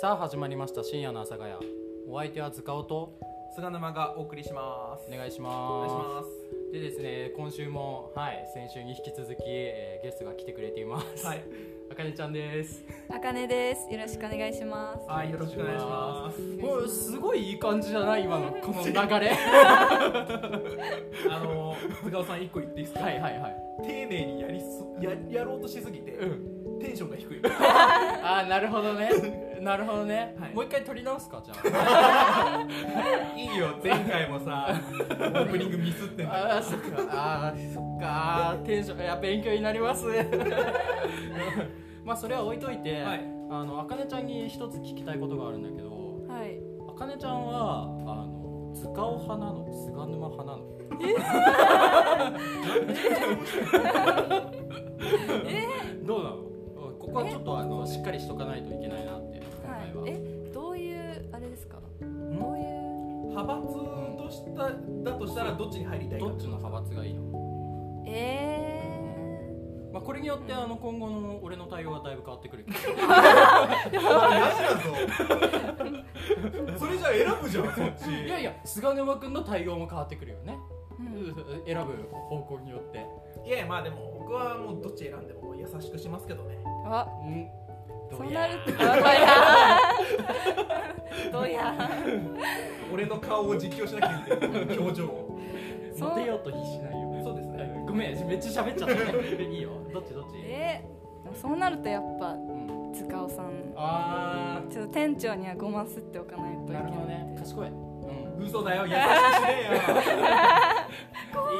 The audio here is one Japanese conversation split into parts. さあ始まりました深夜の阿佐ヶ谷お相手は塚尾と菅沼がお送りしますお願いしお願まいすしますでですね今週もはい先週に引き続き、えーゲストが来てくれていますはい、あかねちゃんですあかねです。よろしくお願いします。はい、よろしくお願いしますもうすごいいい感じじゃない今のこの流れはい あのー菅尾さん一個言っていいですかはいはい丁寧にやりそややろうとしすぎて、うんテンションが低いあーなるほどね なるほどね、はいもう一回撮り直すかじゃいいよ前回もさオープニングミスってんだああーそっかあーそっかテンションいや勉強になり ます まあそれは置いといて、はいあのあかねちゃんに一つ聞きたいことがあるんだけどはい。あかねちゃんはあの塚尾派なの菅沼派なのえ どうなのうんここはちょっとあのしっかりしとかないといけないなって今回は、はい。え、どういうあれですか？んどういう派閥としただとしたらどっちに入りたいかどっちの派閥がいいの、えまあ、これによってあの今後の俺の対応はだいぶ変わってくるけどマジだぞそれじゃあ選ぶじゃんそっち いやいや菅沼君の対応も変わってくるよね、ー、うん。うん選ぶ方向によっていやいやまあでも僕はもうどっち選んでも優しくしますけどねあ、うんどそううなやるとどうや。 どうや。俺の顔を実況しなきゃいけない表情をそうモテようと必死なんよそうですねごめんめっちゃ喋っ ちゃったねいいよどっちどっち、えー、そうなるとやっぱうん、塚尾さん。あちょっと店長にはごますっておかないとーいけななるい。ほどね賢いうん嘘だよ優しくしね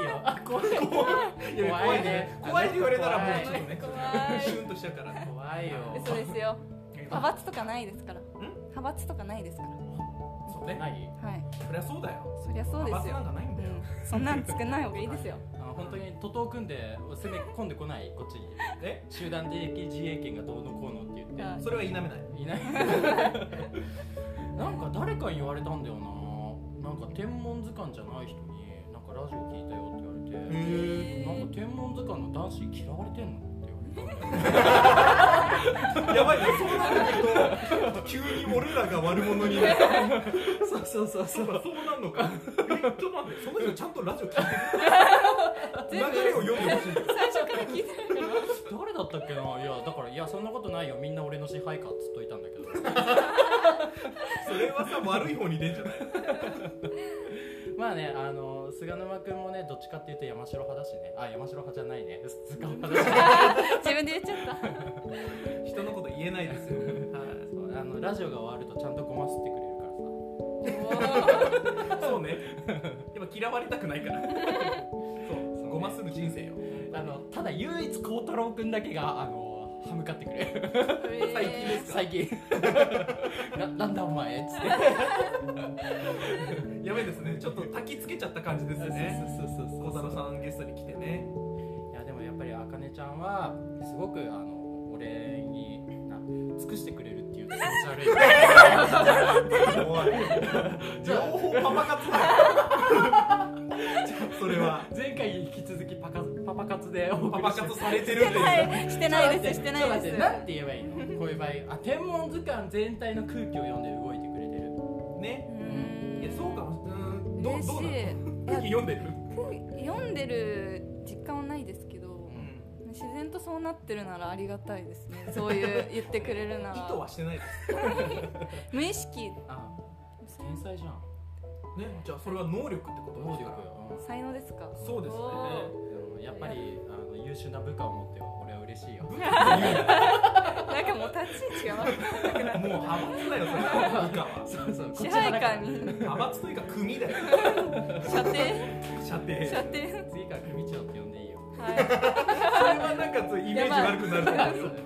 いいよあ怖いえよいや怖いね怖いって言われたらもうちょっとね怖シい。ュンとしちゃうから派怖いよ嘘ですよ。派閥とかないですから。派閥とかないですかそうね何ら。はい。そりゃそうだよそりゃそうです派閥なんよ。かないんだようん。そんなん作んない方がいいですよ。あの本当に徒党組んで攻め込んでこないこっちにえ集団的自衛権がどうのこうのって言ってはいそれは否めないいない なんか誰かに言われたんだよななんか天文図鑑じゃない人になんかラジオ聞いたよって言われて、へなんか天文図鑑の男子嫌われてんのって言われたんだよえやばいねそうなると急に俺らが悪者になるそうそうそうそそうかそうなんのかえちょっと待ってその人ちゃんとラジオ聞いて全る部流れを読んでほしい 最初から聞いてるから。誰だったっけないやだからいやそんなことないよみんな俺の支配下っつっといたんだけど それはさ悪い方に出んじゃないまあねあの菅沼君もねどっちかっていうと山城派だしねあ山城派じゃないね 塚尾派だしね自分で言っちゃった。人のこと言えないですよはいそうあのラジオが終わるとちゃんとごますってくれるからさそうね。やっぱ嫌われたくないから。そう、ごまする人生よ。あのただ唯一孝太郎君だけがあの歯向かってくれる 最近ですか最近 ななんだお前っつってやべえですね。ちょっと焚きつけちゃった感じですね。そうそうそう小そう太郎さんゲストに来てね。いやでもやっぱりあかねちゃんはすごくあの俺にな尽くしてくれるっていう気持ち悪いお い。情報パパ活だよ。ちょ っとそれは。前回に引き続きパカパパ活でお送パりパして活されてるっていう。はい、してないです、してちょっとない待でってす。なんて言えばいいのこういう場合あ天文図鑑全体の空気を読んで動いてくれてるね。うーんいや、そうかも。うーん。どう、嬉しどうなの。い。空気いや読んでる。く 読んでる実感はないですけどう、ん自然とそうなってるならありがたいですね。そういう言ってくれるな意図ら。はしてないです。無意識、あ天才じゃんね。じゃあ、それは能力ってこと能です力かよ、才能ですか。ら。そうですね。おうんやっぱりあの優秀な部下を持って俺は嬉しいよなんかもう立ち位置が悪くなく もうなっ派閥だ よ。それは部下は。そうそうた。支配下にに派閥というか、組だよ。射程、射程。射程。次から組長って呼んでいいよはそれはなんかそうイメージ悪くなると思うよ。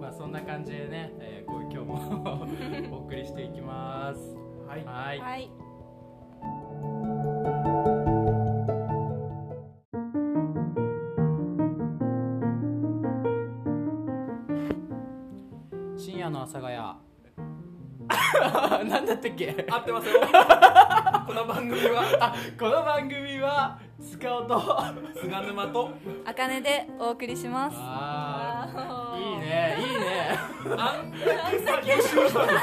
まあそんな感じでね、えー、こう今日も お送りしていきますはい。ははいいい。はい。深夜の阿佐ヶ 谷 なんだったっけ合ってますよ。この番組はあこの番組は塚尾と菅沼とあかねでお送りします。あわーーいいねねいいねあんだけさ優勝したのに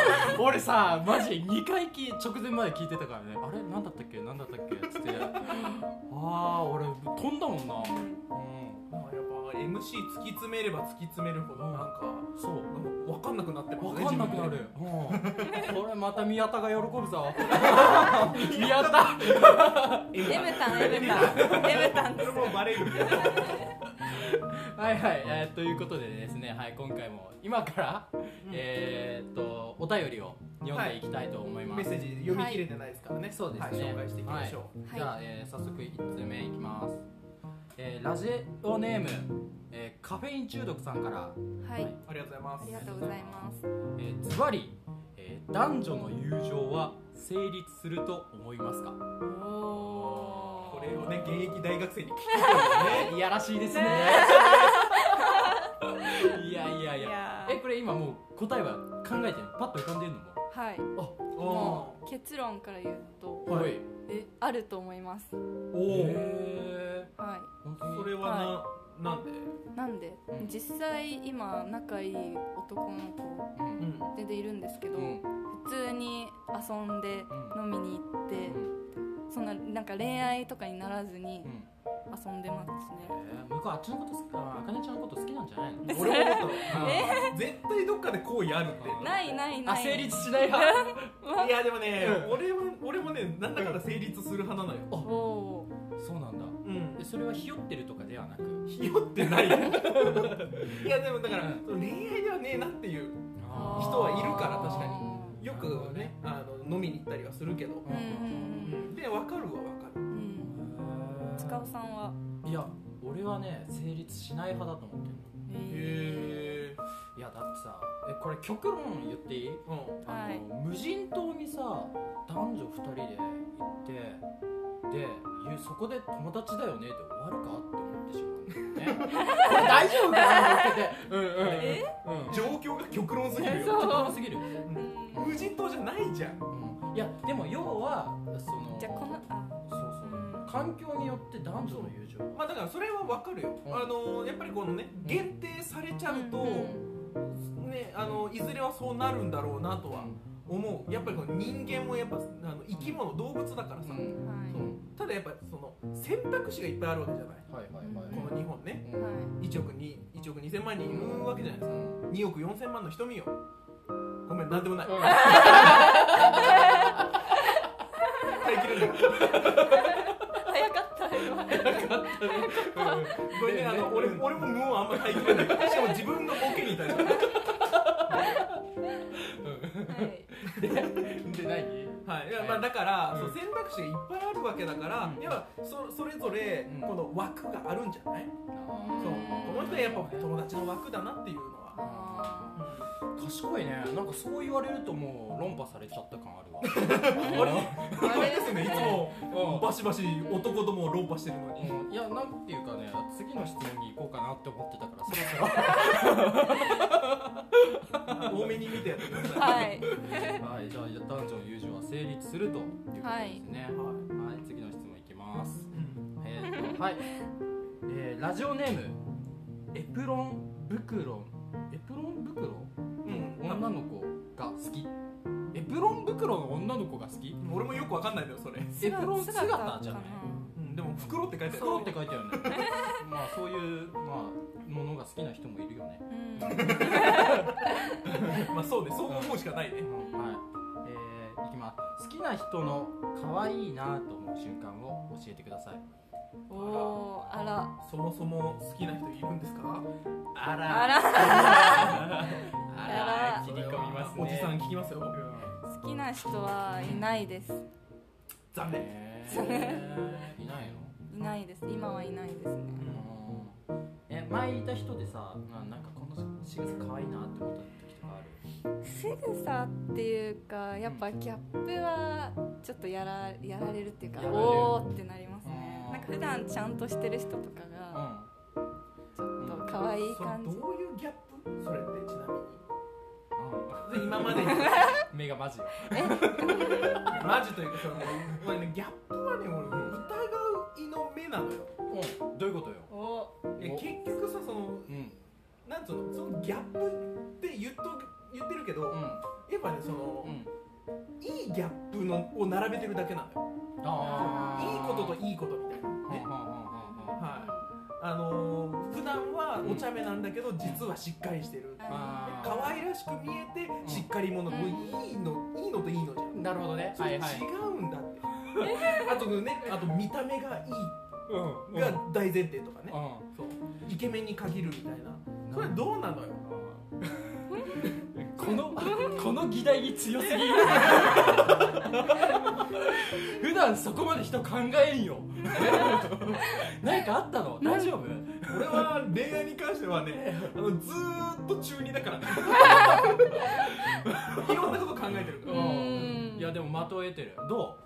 俺さマジ2回き直前まで聞いてたからねあれ何だったっけ何だったっけっつってああ俺飛んだもんなうんまあやっぱ MC 突き詰めれば突き詰めるほどなんかそうなんか分かんなくなってますね分かんなくな自る、うん、これまた宮田が喜ぶぞ宮田分でエムタンエムタンエムタンでそすれもバレるみたいなはいはい、えーということでですね、はい、今回も今から、えーっとお便りを読んでいきたいと思います、メッセージ読み切れてないですからね、そうですねはい紹介していきましょう、はいじゃあ、えー早速1つ目いきます、えーラジオネーム、えーカフェイン中毒さんからはいありがとうございあますりがとうございますえーズバリえー男女の友情は成立すると思いますかおおこれをね現役大学生に聞いいやらしいですねいやいやいいややえこれ今もう答えは考えてるパッと浮かんでるのもはいてもう結論から言うとはい、えあると思いますおおへはーーそれはな、なんでいなんでうん実際今仲いい男のう子んうん全然いるんですけど、うん普通に遊んで飲みに行って、そんななんか恋愛とかにならずにうん遊んでますね、えー向こうあっちのこと好きああかねちゃんのこと好きなんじゃないの俺も思った絶対どっかで好意あるってないなあいない成立しない派いやでもね、うん俺は俺もねなんだかんだ成立する派なのよ、あおお ーそうなんだうんえそれはひよってるとかではなくひよって ないよいやでもだから、うんその恋愛ではねえなっていうあー人はいるから確かによくはねあの飲みに行ったりはするけど、うんうんうんで分かるはう分かんうんうんへー塚尾さんはいや俺はね成立しない派だと思ってるるえへえいやだってさえこれ極論言っていいうんあはいの無人島にさ男女2人で行ってでゆそこで友達だよねって終わるかって思ってし まうんだよねこれ大丈夫かなって言っててうんうんうんえうん状況が極論すぎえるちょっよ、と怖すぎる、うんー無人島じゃないじゃんうんいやでも要はそのじゃあこのあそうそう環境によって男女の友情まあだからそれは分かるよ、うんあのやっぱりこのね限定されちゃうと、うんね、あのいずれはそうなるんだろうなとは思うやっぱりこの人間もやっぱあの生き物動物だからさ、うんはいそうただやっぱその選択肢がいっぱいあるわけじゃないはいはいはいこの日本ねうんはい1億に1億2000万人いるわけじゃないでうすかん2億4000万の瞳よごめんなんでもない耐えきれない早かった今ごめんねあの俺俺も無音あんま耐えきれないしかも自分のボケに対してはいで何はい、いやまあだから、うんそう選択肢がいっぱいあるわけだから、うんやっぱそそれぞれうんこの枠があるんじゃない、そうこの人はやっぱ友達の枠だなっていうのは、あ賢いねなんかそう言われるともう論破されちゃった感あるわあれあれです ねいつもうんバシバシ男どもを論破してるのに、うんいやなんていうかね次の質問に行こうかなって思ってたからそろそろ多めに見てやってくだーさい、はいはいじゃあ男女の友情は成立するということですねははいい、次の質問いきますうんえー、とはい、えー、ラジオネームエプロン袋エプロン袋うん女の子が好きエプロン袋の女の子が好き俺もよくわかんないんだよそれ、エプロン姿かなじゃないうん、でも袋って書いてある袋って書いてある ねまあそういう、まあ、ものが好きな人もいるよねうんまあそうねそう思うしかないね、はい、えー、いきます。好きな人の可愛いなと思う瞬間を教えてください。おおーあらそもそも好きな人いるんですかああら、らあら、あら切り込みますね。おじさん聞きますよ好きな人はいないです残念、えー、いないの。いないです今はいないですねうんえ、前いた人でさ、ななんかこの仕草可愛いなって思った時とかある。仕草っていうかやっぱギャップはちょっとやらやられるっていうかやられるおおってなりますねうんなんか普段ちゃんとしてる人とかがちょっと可愛いそれ感どじういうギャップそれってちなみにうん。今までにうん、目がマジよ。マジというかその、まあね、ギャップはね俺疑いの目なのようん、どういうことよ。おいやお結局さそのうん。なんなんつうのそのギャップって言っと言ってるけど、うんやっぱねその、うんいいギャップのを並べてるだけなのよあーいいことといいことみたいなうんうんね、うんうんはいあのー普段はお茶目なんだけど、実はしっかりしてるあー可愛らしく見えてんしっかり者、うんもういいのいいのといいのじゃんなるほどねそはれ違いはい、うんだ って、あとねあと見た目がいいうんが大前提とかうね、そうイケメンに限るみたいなんそれどうなのよこのこの議題に強すぎ る普段そこまで人考えんよ何かあったの大丈夫俺は恋愛に関してはねあのずーっと中二だからね いろんなこと考えてるから、うんいやでも的を得てるど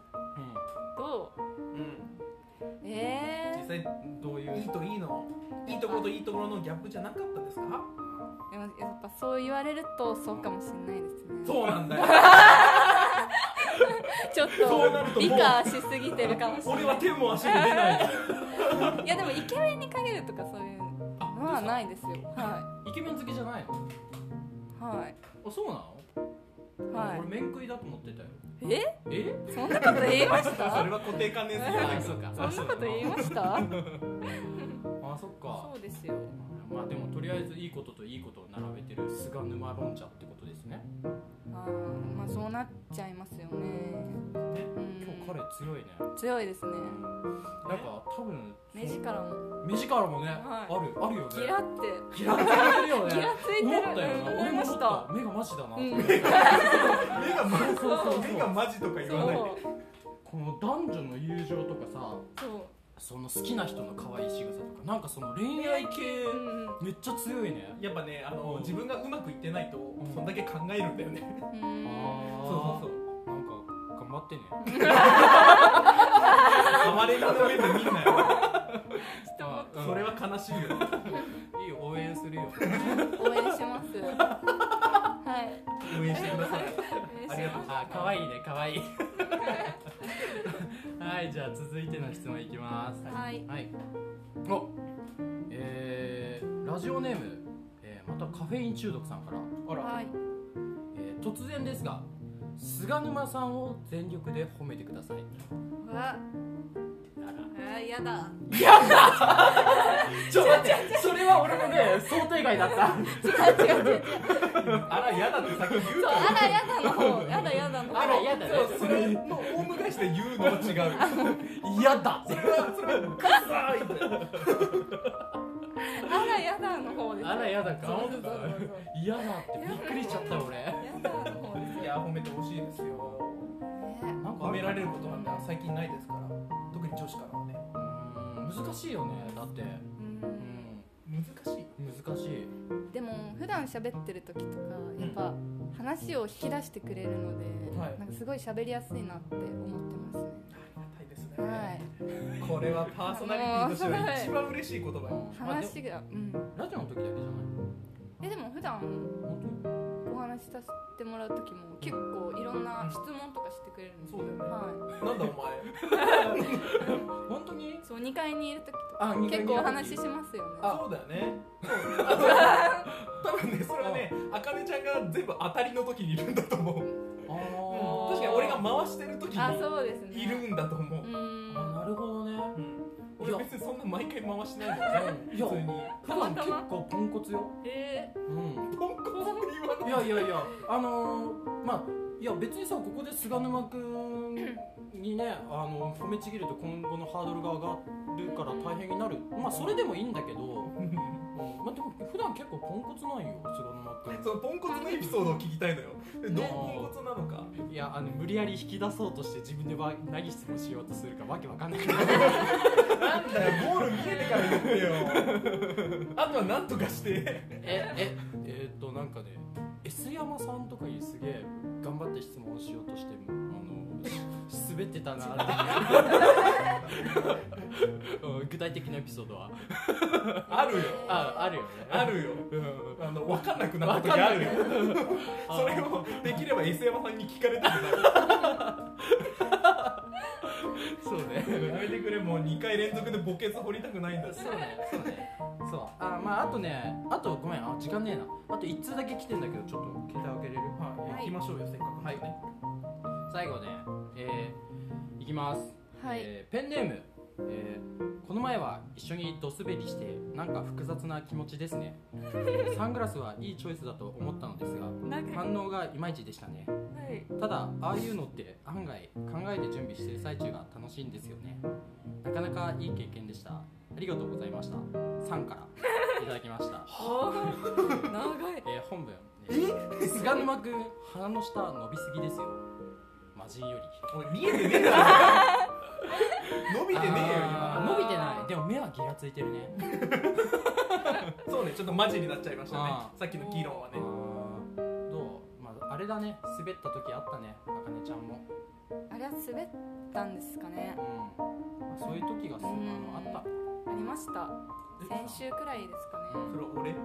どううんえ実際う、うん、どういいいうといいのいいところといいところのギャップじゃなかったですかー、でもやっぱそう言われるとそうかもしれないですねそうなんだよちょっそうなるととも美う化しすぎてるかもしれ俺は手も足も出ないないいやでもイケメンに限るとかそういうのはないですよはイケメン好きじゃないのいはいあそうなの、は俺面食いだと思ってたよいええそんなこと言いましそ たれは固定観念すぎあないそうかそんなこと言いましたあそっかそうですよまあでもとりあえずいいことといいことを並べてる菅沼論者ってことですねあーまあそうなっちゃいますよねねうん今日彼強いね強いですねなんか多分目力も目力もね、はいあるあるよねギラってギラついてるよねギラついてる思ったよな、うん俺も思思いましったた目がマジだな、うん目がマジそうそうそう目がマジとか言そわないうこの男女の友情とかさそその好きな人の可愛い仕草とかなんかその恋愛系ううんうんめっちゃ強いねやっぱねあの、うん自分がうまくいってないと、んそんだけ考えるんだよね、うあんーそうそうそうなんか頑張ってね哀れみの上で見んなよあうんそれは悲しいよいいよ応援するよ応援します。はい。応援してください応援します。あ、可愛いね、可愛 い。 はい、じゃあ続いての質問いきます。はいはい。お、えー、ラジオネーム、えー、またカフェイン中毒さんから、あら、はい。えー、突然ですが、菅沼さんを全力で褒めてください。うわ、あ、やだ。ちょっと待って、それは俺もね、想定外だった。違う違う違う。あら嫌だって先に言うそう、あらやだの方、やだやだの方。あら、やだね。 そうそれのオウム返しで言うのは違うよ嫌だ。あらやだの方です。あら、ややだそうかそう。そうそう。嫌だってびっくりしちゃった俺。やだの方ですいや褒めてほしいですよね。なんか褒められることなんて最近ないですから特に女子からはねうーん難しいよねだって、うん。難しいうん、難しいでも普段喋ってる時とかやっぱ話を引き出してくれるので、はいなんかすごい喋りやすいなって思ってますね。ありがたいですね、はい。これはパーソナリティとしては一番嬉しい言葉よあでも話が、うん。ラジオの時だけじゃないえでも普段本お話しさせてもらう時も結構いろんな質問とかしてくれるんですそうだよねはなんだお当前に本当にい、そう2階にいる時とあ結構お話しししますよねあそうだよね多分ねそれはねあかねちゃんが全部当たりの時にいるんだと思うあー確かに俺が回してる時あにそうですねいるんだと思ううー、あんなるほどねうん、いや俺別にそんな毎回回してないからねいや普通に普段結構ポンコツよえうんポンコツって言わないいやいやいやあのー、まあいや別にさここで菅沼君にねあの褒めちぎると今後のハードルが上がるから大変になるまあそれでもいいんだけど、うんまあ、でも普段結構ポンコツなんよ菅沼君そのポンコツのエピソードを聞きたいのよどうねポンコツなのかいやあの無理やり引き出そうとして自分でわ何質問しようとするかわけわかんないけどなんだよゴール見えてから言ってよ あとはなんとかしてえええーっとなんかね S 山さんとかにすげえ頑張って質問しようとしてもあのし滑ってたなあれうん具体的なエピソードはあるよああるよねあるようんあの分かんなくなった時あるよそれをで きれば S 山さんに聞かれたくないそうねやめてくれもう2回連続で墓穴掘りたくないんだそうねそうねそうあまああとねあとごめんあ時間ねえなあと1通だけ来てんだけどちょっと携帯開けれるはい、はい行きましょうよせっかくなんでね最後ねえー、いきますはいえーペンネーム、えーこの前は一緒にドスベリしてなんか複雑な気持ちです ねサングラスはいいチョイスだと思ったのですが長いは反応がいまいちでしたねい ただああいうのって案外考えて準備してる最中が楽しいんですよねなかなかいい経験でしたありがとうございましたさんからいただきました、 おー長いえー本文えー菅沼君鼻の下伸びすぎですよ魔人よりおい見えてねえだろ伸びてねえよあ今ー伸びてないでも目はギラついてるねそうねちょっとマジになっちゃいましたねあさっきの議論はねあーどう、まあ、あれだね滑った時あったねあかねちゃんも、あれは滑ったんですかねうん、そういう時がすあうんのあっありましたた先週くらいですかねそれ俺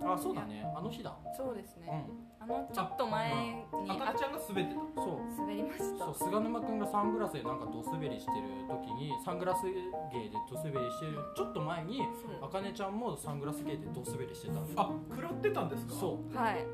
あそうだねあの日だそうですうねんあのちょっと前にあかあねちゃんが滑ってそたう滑りましたそう菅沼君がサングラスでなんかドスベリしてる時にサングラス芸でドスベリしてるちょっと前にそうあかねちゃんもサングラス芸でドスベリしてたのあ食らってたんですかそはいへ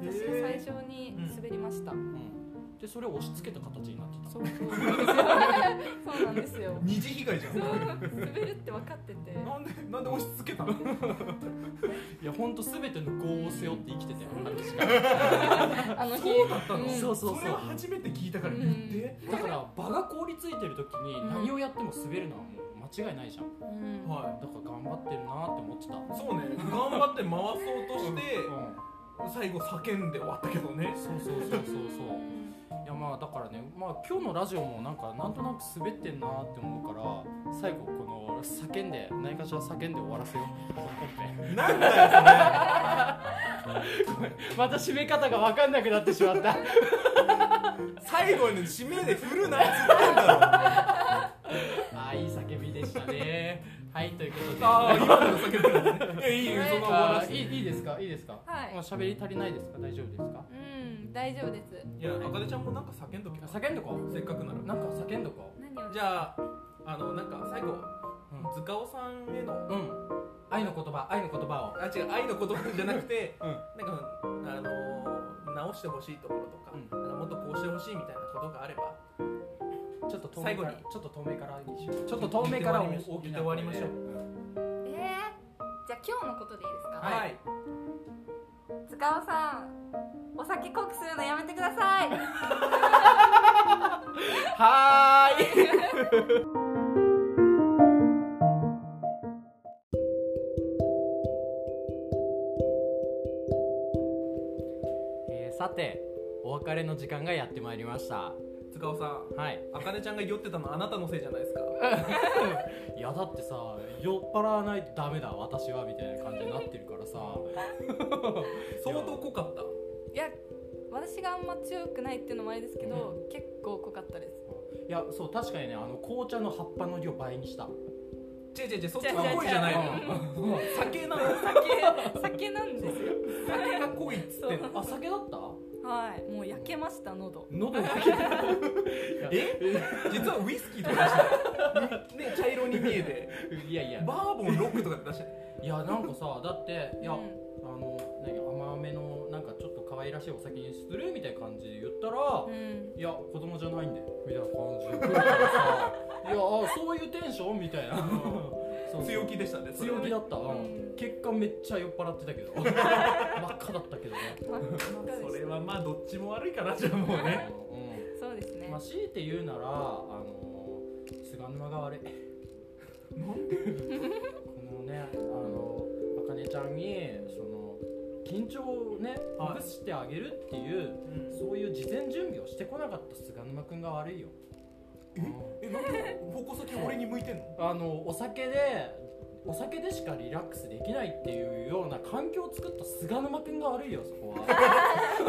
私ー最初に滑りました、う、うん、でそれを押し付けた形になってたそう そうなんですよ二次被害じゃんそうなんですよそう滑るって分かっててなんでなんで押し付けたのいやほんと全ての業を背負って生きてたよ私があの日そうだったの、うんそうそうそうれは初めて聞いたから、うんで、だから場が凍りついてる時に何をやっても滑るのはもう間違いないじゃんだうんはから頑張ってるなーって思ってたいそうね頑張って回そうとしてう最後叫んで終わったけどねんそうそうそうそうそういやまあだからねまあ今日のラジオもなんかなんとなく滑ってんなーって思うから最後この叫んで何かしら叫んで終わらせよう この本編なんだよごめんまた締め方が分かんなくなってしま ったそれ最後に締めで振るなっつってんだろあーいい叫びでしたねはいということでああ今の叫んでたねいやいいよその終わら あせーていいいいですかいいですかはいもう喋り足りないですか大丈夫ですかうん大丈夫ですいやあかねちゃんもなんか叫んどけよ叫んどこせっかくならなんか叫んどこ何をじゃああのなんか最後塚尾さんへのうん愛の言葉愛の言葉をあ違う愛の言葉じゃなく てうんなんかあの直してほしいところとか、うんなんかもっとこうしてほしいみたいなことがあればちょっと遠目最か後にらちょっと遠目からにしようちょっと遠目から言って大きな終わりましょうえー、じゃあ今日のことでいいですか、はいい塚尾さんお酒濃くするのやめてくださいはーい えーさてお別れの時間がやってまいりました塚尾さんはいあかねちゃんが酔ってたのあなたのせいじゃないですかいやだってさ酔っ払わないとダメだ私はみたいな感じになってるからさ相当濃かったいや私があんま強くないっていうのもあれですけど、結構濃かったですいやそう確かにねあの紅茶の葉っぱの量倍にした違う違う違うそっちの恋じゃないのうんうん酒なの 酒酒なんですよ酒が濃いっつってんのあ酒だったはいもう焼けました喉喉 焼けた え実はウイスキーとか出 してたね茶色に見えいやいてやバーボンロックとかで出してたいやなんかさだっていや、うんあの何甘めのなんかちょっと可愛らしいお酒にするみたいな感じで言ったら、うんいや子供じゃないんだよみたいな感じで来るからさいやあそういうテンションみた いなそう強気でしたねそれ強は気ねだった、うんうん結果めっちゃ酔っ払ってたけ ど真っ赤だったけどね真っ赤そでれしはまあどっちも悪いかなじゃあもうねうたそうですねんまあ、強いて言うならあの菅沼が悪いこのねあのあかねちゃんにその緊張をねはいほぐしてあげるっていう、そういう事前準備をしてこなかった菅沼君が悪いよえなんで矛先俺に向いてんのあのお酒でお酒でしかリラックスできないっていうような環境を作った菅沼君が悪いよそこは、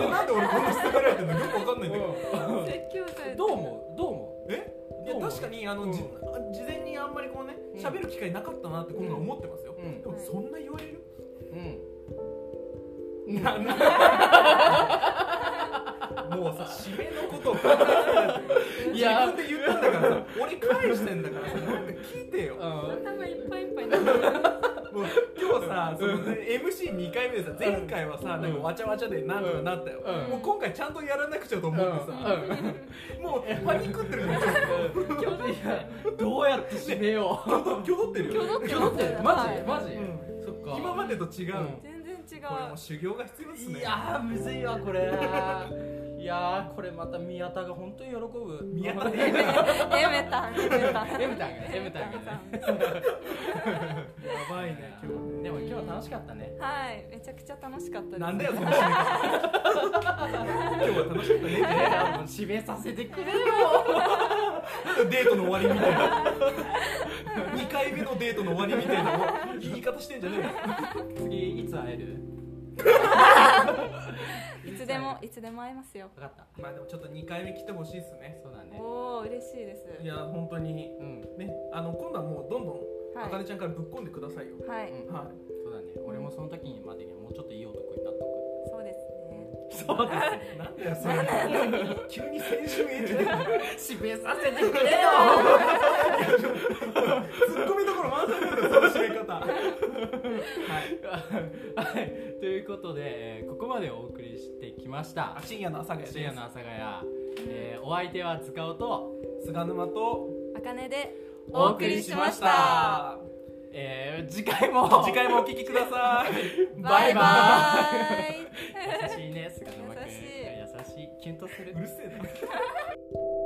なんで俺こんな下がられてんのよくわかんないんだけどう説教されんてどう思うどう思えういどやう思う確かにあの、うんじ事前にあんまりこうねうん喋る機会なかったなって今回思ってますよ、うんでもそんな言われる、うんななもうさ締めのことを考えないといいやや自分で言ったんだからさ俺返してんだからさなんか聞いてよもう頭いっぱいいっぱいになってる今日さその、MC2 回目でさ前回はさなんかわちゃわちゃでなんとかなったよ、うんもう今回ちゃんとやらなくちゃと思ってさ、もうパニックってるじゃんどうやって締めよう気取ってるよね挙動って今日ってマジマジ、うんそっか今までと違う、うん全然違これもうう修行が必要ですねいやーむずいわこれいやーこれまた宮田が本当に喜ぶ宮田ねエメタンエメタンエムタンがエムタンがねねやばいね今日でも今日楽しかったねはいめちゃくちゃ楽しかったですなんだよその締め方今日は楽しかったね締めさせてくれよデートの終わりみ たいな2回目のデートの終わりみたいな言い方してんじゃねえよ次いつ会えるいつでもいつでも会えますよ分かったまあでもちょっと2回目来てほしいっすねそうだねおお嬉しいですいや本当にうんねあの今度はもうどんどんあかはねちゃんからぶっこんでくださいよい、はい、うんはそうだね俺もその時にまでにはもうちょっといい男になっとくそうですねそうだね いなんだよそれ急に青春演じてる締めさせてくれよツッコミどころ満載だよその締め方はいはいということでえーここまでお送りしてきましたあ深夜の朝が深夜の阿佐ヶ谷、えーお相手は塚尾と、菅沼とあかねでお送りしましたえー次回も次回もお聞きください バイバイーイ優しいね菅沼君優しい優しいキュンとするうるせえな